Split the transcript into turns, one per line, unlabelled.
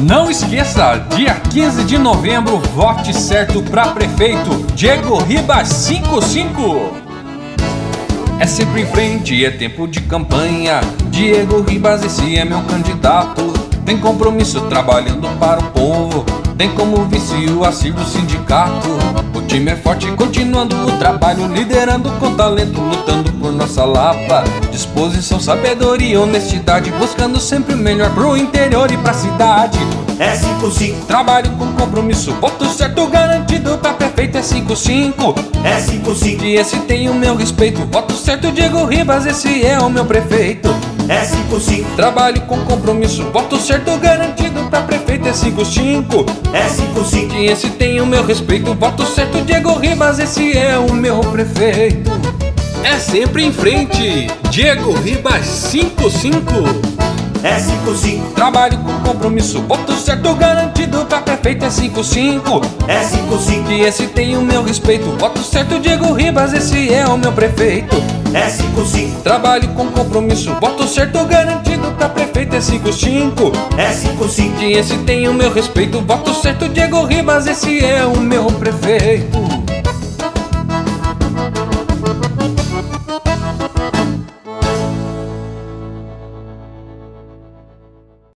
Não esqueça, dia 15 de novembro, vote certo para prefeito Diego Ribas 55. É sempre em frente, é tempo de campanha. Diego Ribas, esse é meu candidato. Tem compromisso trabalhando para o povo. Tem como vice o Assir do sindicato. O time é forte, continuando o trabalho, liderando com talento, lutando por nossa Lapa. Disposição, sabedoria, honestidade, buscando sempre o melhor pro interior e pra cidade.
É 55,
Trabalho com compromisso, voto certo garantido pra prefeito é 55.
é 55,
E esse tem o meu respeito. Voto certo, Diego Ribas, esse é o meu prefeito.
é 55,
Trabalho com compromisso, voto certo garantido pra prefeito é 55.
é 55,
E esse tem o meu respeito. Voto certo, Diego Ribas, esse é o meu prefeito. É sempre em frente, Diego Ribas 55.
é 55,
Trabalho com compromisso, voto certo garantido pra prefeito é 55.
é 55,
E esse tem o meu respeito. Voto certo, Diego Ribas, esse é o meu prefeito.
é 55,
Trabalho com compromisso, voto certo garantido pra prefeito é 55.
é 55,
Que esse tem o meu respeito, voto certo Diego Ribas, esse é o meu prefeito.